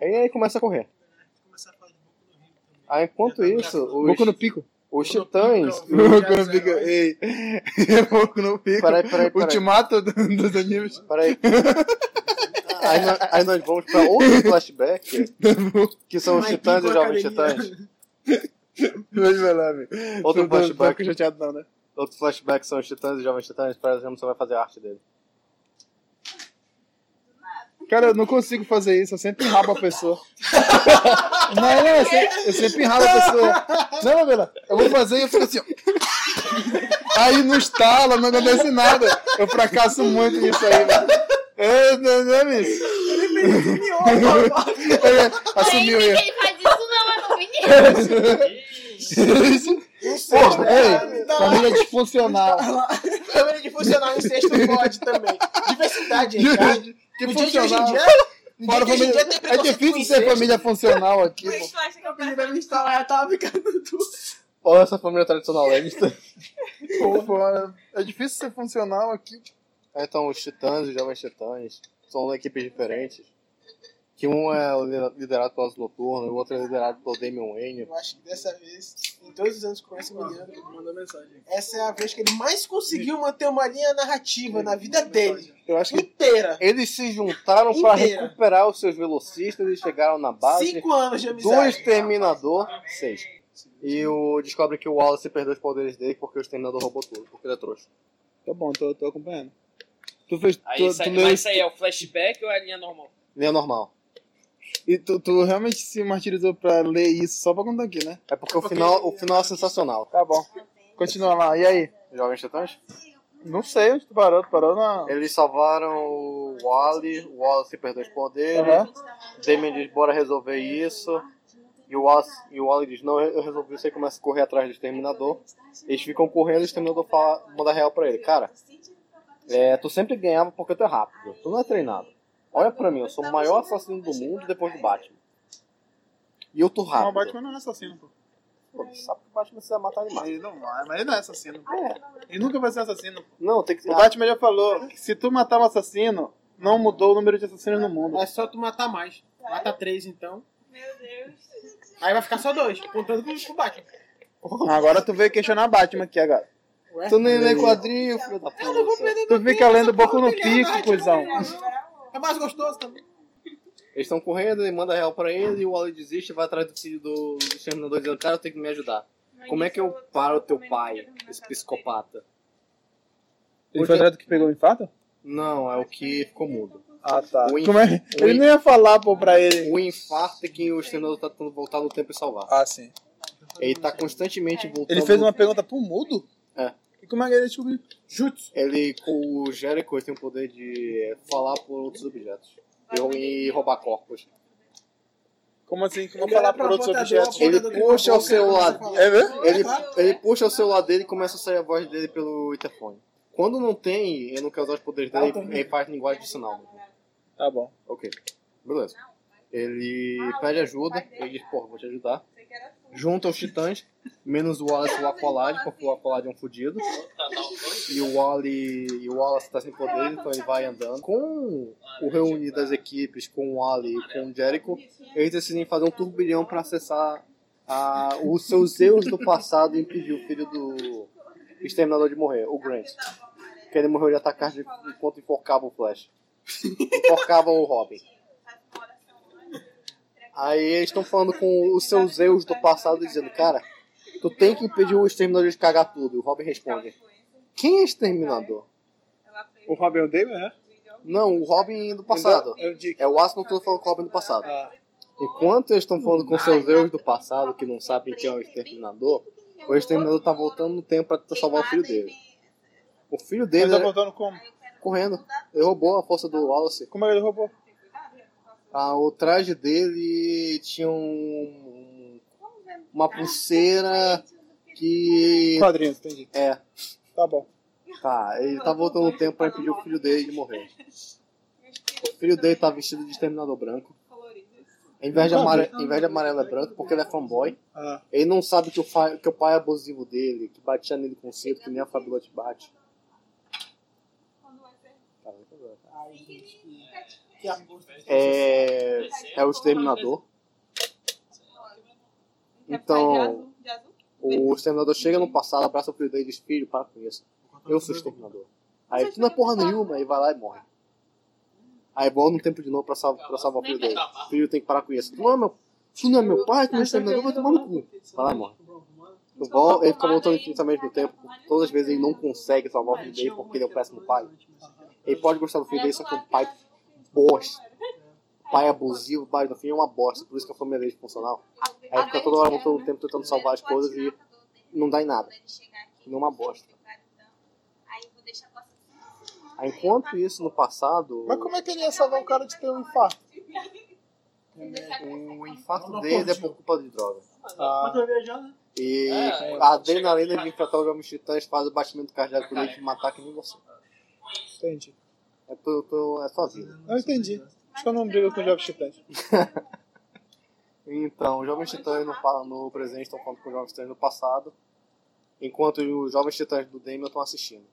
Speaker 1: E aí começa a correr. Aí, enquanto isso, os,
Speaker 6: Boco tá no pico.
Speaker 1: os titãs.
Speaker 6: Boco no pico. Ei. É Boco no pico.
Speaker 1: Peraí, peraí, peraí.
Speaker 6: Ultimato do- dos animes.
Speaker 1: peraí. Aí, nós- aí nós vamos pra outro flashback, que são os
Speaker 4: Mas
Speaker 1: titãs e os
Speaker 4: Pico
Speaker 1: jovens
Speaker 4: Academia.
Speaker 1: titãs.
Speaker 6: Mas vai lá, velho.
Speaker 1: Outro
Speaker 6: Não tô- não
Speaker 1: flashback,
Speaker 6: fico chateado, não, né?
Speaker 1: outro flashback são os titãs e os jovens titãs. Parece que você vai fazer a arte dele.
Speaker 6: Cara, eu não consigo fazer isso, eu sempre enrabo a pessoa. não, não, eu sempre, eu sempre enrabo a pessoa. Não, Babela, eu vou fazer e eu fico assim, ó. Aí não estala, não acontece nada. Eu fracasso muito nisso aí, velho. É, não, não, bicho. Ele assumiu
Speaker 9: Tem
Speaker 6: eu.
Speaker 9: ninguém faz isso não, é conveniente.
Speaker 6: Porra, ei, família disfuncional.
Speaker 4: né? Câmera de funcionar em sexto pode também. Diversidade, hein, cara.
Speaker 6: Que
Speaker 4: No dia de hoje em
Speaker 6: funcional.
Speaker 4: dia, no
Speaker 6: Bora,
Speaker 4: dia de hoje em
Speaker 6: família.
Speaker 4: dia tem
Speaker 6: É
Speaker 4: preconceito com né?
Speaker 6: difícil ser
Speaker 4: incesto.
Speaker 6: família funcional aqui, pô.
Speaker 1: Olha essa família né? tradicionalista.
Speaker 6: Pô, É difícil ser funcional aqui.
Speaker 1: Aí Então, os titãs e os jovens titãs são equipes diferentes. Que um é liderado pelo Asa Noturno e o outro é liderado pelo Damian Wayne.
Speaker 4: Eu acho que dessa vez, em todos os anos que conheço o Miliano, mandou mensagem. Essa é a vez que ele mais conseguiu manter uma linha narrativa na vida dele.
Speaker 1: Eu acho que
Speaker 4: Inteira.
Speaker 1: Eles se juntaram para
Speaker 4: Inteira.
Speaker 1: recuperar os seus velocistas e chegaram na base
Speaker 4: Cinco anos de
Speaker 1: do
Speaker 4: amizade.
Speaker 1: Exterminador 6. E o descobre que o Wallace perdeu os poderes dele porque o Exterminador roubou tudo, porque ele é trouxa.
Speaker 6: Tá bom, tô, tô acompanhando. Tu fez.
Speaker 5: Aí,
Speaker 6: tu,
Speaker 5: isso aí-
Speaker 6: tu leu
Speaker 5: mas
Speaker 6: isso-
Speaker 5: isso aí é o flashback ou é a linha normal?
Speaker 1: Ele é normal.
Speaker 6: E tu, tu realmente se martirizou pra ler isso só pra contar aqui, né?
Speaker 1: É porque o final, o final é sensacional.
Speaker 6: Tá bom. Continua lá, e aí?
Speaker 1: Jovens Titãs?
Speaker 6: Não sei onde tu parou, tu parou na.
Speaker 1: Eles salvaram o Wally, o Wallace perdeu os poderes.
Speaker 6: Aham.
Speaker 1: Damien diz, bora resolver isso. E o, Wallace, e o Wally diz, não, eu resolvi isso e começa a correr atrás do Exterminador. Eles ficam correndo e o Exterminador fala, manda real pra ele. Cara, é, tu sempre ganhava porque tu é rápido, tu não é treinado. Olha pra mim, eu sou o maior assassino do mundo depois do Batman. E eu tô
Speaker 6: Não, o
Speaker 1: rápido.
Speaker 6: Batman não é assassino, pô.
Speaker 1: Pô, sabe que o Batman precisa matar animais.
Speaker 6: Ele não é, mas ele não é assassino. Ele nunca vai ser assassino.
Speaker 1: Não, tem que ser...
Speaker 6: O Batman já falou que se tu matar um assassino, não mudou o número de assassinos no mundo.
Speaker 4: É só tu matar mais. Mata três, então.
Speaker 9: Meu Deus.
Speaker 4: Aí vai ficar só dois, contando com o Batman.
Speaker 6: Agora tu veio questionar Batman aqui agora.
Speaker 4: Ué?
Speaker 1: Tu nem lê quadrinho, filho da
Speaker 4: Eu não vou
Speaker 1: puta.
Speaker 4: perder
Speaker 6: Tu
Speaker 4: meu
Speaker 6: fica
Speaker 4: tempo,
Speaker 6: lendo
Speaker 4: essa
Speaker 6: Boku
Speaker 4: porra
Speaker 6: no
Speaker 4: tem verdade,
Speaker 6: Pico, cuzão.
Speaker 4: não é? É mais gostoso também.
Speaker 1: Eles estão correndo, ele manda real pra ele, e o Wally desiste, vai atrás do filho do, do exterminador dizendo, cara, eu tenho que me ajudar. Como é que eu paro teu pai, esse psicopata?
Speaker 6: Ele foi atrás do que pegou o infarto?
Speaker 1: Não, é o que ficou mudo.
Speaker 6: Ah, tá.
Speaker 1: O, in-
Speaker 6: Como é?
Speaker 1: o,
Speaker 6: Ele
Speaker 1: in-
Speaker 6: nem ia falar, pô, pra ele.
Speaker 1: o infarto é que o exterminador tá tentando voltar no tempo e salvar.
Speaker 6: Ah, sim.
Speaker 1: Ele tá constantemente voltando.
Speaker 6: Ele fez uma pergunta pro mudo?
Speaker 1: É.
Speaker 6: E como é que ele descobriu? Jutsu.
Speaker 1: Ele, o Jericho, ele tem o poder de é, falar por outros objetos. E, e roubar corpos.
Speaker 6: Como assim? Como
Speaker 4: Ele
Speaker 6: falar
Speaker 4: era
Speaker 6: por outros
Speaker 4: provocador,
Speaker 6: objetos?
Speaker 1: Ele
Speaker 4: provocador que
Speaker 1: puxa o
Speaker 4: provoca,
Speaker 1: celular.
Speaker 4: fala.
Speaker 6: É mesmo?
Speaker 1: Ele, ele puxa o celular dele e começa a sair a voz dele pelo interfone. Quando não tem, ele não quer usar os poderes dele, ele faz linguagem de sinal.
Speaker 6: Tá bom.
Speaker 1: Ok. Beleza. Ele pede ajuda, ele diz, porra, vou te ajudar. Junta os titãs, menos o Wallace e o Aqualad, porque o Aqualad é um fudido.
Speaker 5: Tá, tá, foi?
Speaker 1: E o Wally e o Wallace tá sem poder, então ele vai andando. Com o reunir das equipes, com o Wally e com o Jericho, eles decidem fazer um turbilhão pra acessar a, os seus erros do passado e impedir o filho do exterminador de morrer, o Grant. Que ele morreu de atacar de, enquanto enforcava o Flash. Enforcava o Robin. Aí eles estão falando com os seus erros do passado dizendo, cara, tu tem que impedir o exterminador de cagar tudo. E o Robin responde, quem é exterminador?
Speaker 6: O Robin odeia, né?
Speaker 1: Não, o Robin do passado.
Speaker 6: É o Dick. Ah.
Speaker 1: É o Aston todo falando com o Robin do passado. Enquanto eles estão falando com seus erros do passado, que não sabem quem é o exterminador, o exterminador tá voltando no tempo pra tentar salvar o filho dele. O filho
Speaker 6: Ele
Speaker 1: dele
Speaker 6: tá
Speaker 1: era
Speaker 6: voltando como?
Speaker 1: correndo. Ele roubou a força do Wallace.
Speaker 6: Como é que ele roubou?
Speaker 1: Ah, o traje dele tinha um, uma pulseira que.
Speaker 6: Quadrinhos, entendi.
Speaker 1: É,
Speaker 6: Tá bom.
Speaker 1: tá. Ele tá voltando no tempo pra impedir o filho dele de morrer. O filho dele tá vestido de exterminador branco. Em vez de amarelo, em vez de amarelo é branco, porque ele é fanboy.
Speaker 6: Ah,
Speaker 1: Ele não sabe que o, fa- que o pai é abusivo dele, que batia nele com cedo, que nem a Fabiola te bate.
Speaker 4: Ai, gente, que- que amor.
Speaker 1: É, é o exterminador. Então, o exterminador chega no passado, abraça o filho dele e diz: Filho, para com isso. É, Eu sou o exterminador. Aí ele, tu não é porra nenhuma, e vai lá e morre. Aí volta no tempo de novo pra, sal- pra salvar o filho dele. Filho, tem que parar com isso. Tu não é meu, tu não é meu pai, tu não é exterminador, vai tomar no cu. Vai lá e morre. Tu vol- ele fica voltando infinitamente no tempo. Todas as vezes ele não consegue salvar o filho dele porque ele é um péssimo pai. Ele pode gostar do filho dele, só que é um pai
Speaker 9: Então,
Speaker 1: bosta. Pai abusivo, pai no fim é uma bosta. Por isso que a família dele é funcional. Aí fica toda hora voltando no tempo tentando salvar as coisas e não dá em nada. Numa bosta. Aí, ah, Enquanto isso, no passado,
Speaker 6: Mas como é que ele ia salvar um cara de ter um infarto?
Speaker 1: o infarto dele é por culpa de droga.
Speaker 6: Ah,
Speaker 1: E
Speaker 5: É,
Speaker 1: a adrenalina de enfrentar os homens titãs faz o batimento cardíaco dele te matar que nem você.
Speaker 6: entendi.
Speaker 1: É, tu, tu, é sua vida.
Speaker 6: Eu entendi. Acho que eu não brigo com o Jovem Titãs.
Speaker 1: Então, os jovens titãs no, pa- no presente estão falando com os jovens titãs no passado, enquanto os jovens titãs do Damien estão assistindo.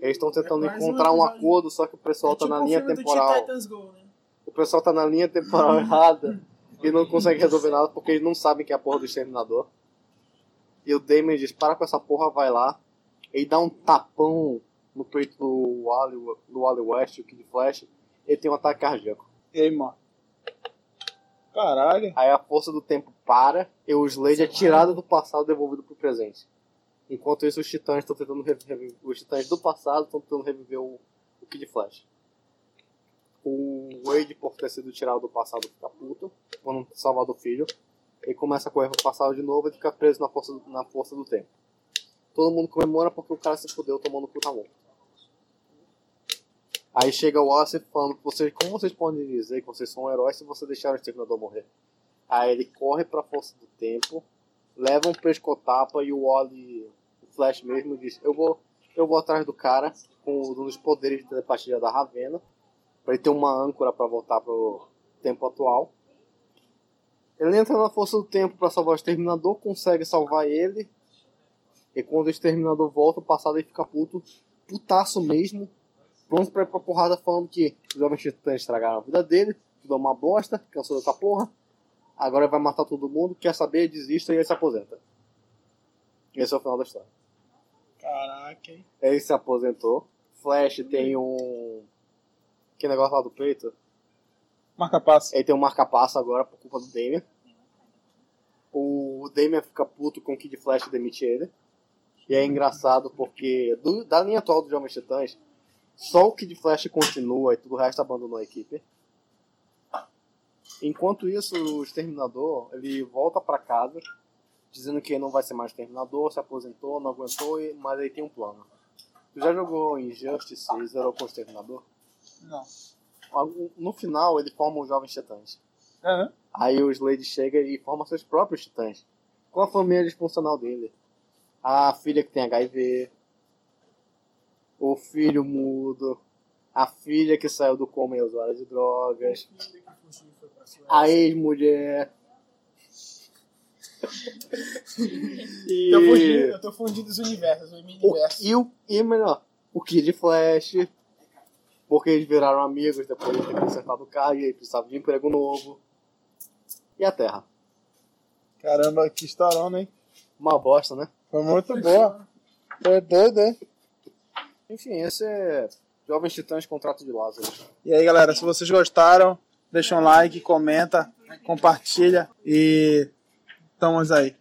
Speaker 1: Eles estão tentando
Speaker 4: É mais um
Speaker 1: encontrar um
Speaker 4: episódio.
Speaker 1: acordo, só que o pessoal
Speaker 4: É
Speaker 1: tá
Speaker 4: tipo
Speaker 1: na
Speaker 4: o
Speaker 1: linha
Speaker 4: filme do Teen
Speaker 1: temporal.
Speaker 4: Titans Go, né?
Speaker 1: O pessoal tá na linha temporal errada e não consegue resolver nada porque eles não sabem que é a porra do exterminador. E o Damien diz: para com essa porra, vai lá. Ele dá um tapão no peito do Wally, do Wally West, o Kid Flash. Ele tem um ataque cardíaco.
Speaker 6: E aí, mano? Caralho.
Speaker 1: Aí a força do tempo para e o Slade é tirado do passado e devolvido pro presente. Enquanto isso, os titãs estão tentando reviver. Os titãs do passado estão tentando reviver o, o Kid Flash. O Wade, por ter sido tirado do passado, fica puto, por não ter salvado o filho. Ele começa a correr pro passado de novo e fica preso na força, na força do tempo. Todo mundo comemora porque o cara se fudeu tomando puta mão. Aí chega o Wallace falando, vocês, como vocês podem dizer que vocês são heróis se vocês deixaram o Exterminador morrer? Aí ele corre pra força do tempo, leva um pescotapa e o Wally, o Flash mesmo, diz: Eu vou, eu vou atrás do cara com um dos poderes de telepatia da Ravena, pra ele ter uma âncora pra voltar pro tempo atual. Ele entra na força do tempo pra salvar o exterminador, consegue salvar ele. E quando o exterminador volta, o passado ele fica puto, putaço mesmo. Pronto pra ir pra porrada falando que os jovens titãs estragaram a vida dele, tudo é uma bosta, cansou dessa porra agora vai matar todo mundo, quer saber, desista e ele se aposenta. Esse é o final da história.
Speaker 4: Caraca, hein?
Speaker 1: Ele se aposentou. Flash tem um. Que negócio lá do peito?
Speaker 6: Marca passo.
Speaker 1: Ele tem um marca-passo agora por culpa do Damien. O Damien fica puto com o Kid Flash demite ele. E é engraçado porque do- da linha atual dos Jovens Titãs, só o Kid Flash continua e tudo o resto abandonou a equipe. Enquanto isso, o Exterminador ele volta pra casa dizendo que não vai ser mais Exterminador, se aposentou, não aguentou, e- mas ele tem um plano. Tu já jogou Injustice e zerou com o Exterminador? Algum- No final, ele forma os Jovens Titãs.
Speaker 6: Aham.
Speaker 1: Aí o Slade chega e forma seus próprios Titãs. Com a família disfuncional dele. A filha que tem HIV. O filho mudo. A filha que saiu do coma e é usuária de drogas. A ex-mulher. E...
Speaker 4: Eu, fugi, eu tô fundindo os universos, o
Speaker 1: O,
Speaker 4: universo.
Speaker 1: e, o, e melhor, o Kid Flash, porque eles viraram amigos depois de ter consertado o carro e ele precisava de emprego novo. E a Terra.
Speaker 6: Caramba, que estourona, hein?
Speaker 1: Uma bosta, né?
Speaker 6: Foi muito boa. Foi doido, hein?
Speaker 1: Enfim, esse é Jovens Titãs Contrato de Lázaro.
Speaker 6: E aí, galera, se vocês gostaram, deixa um like, comenta, compartilha e estamos aí.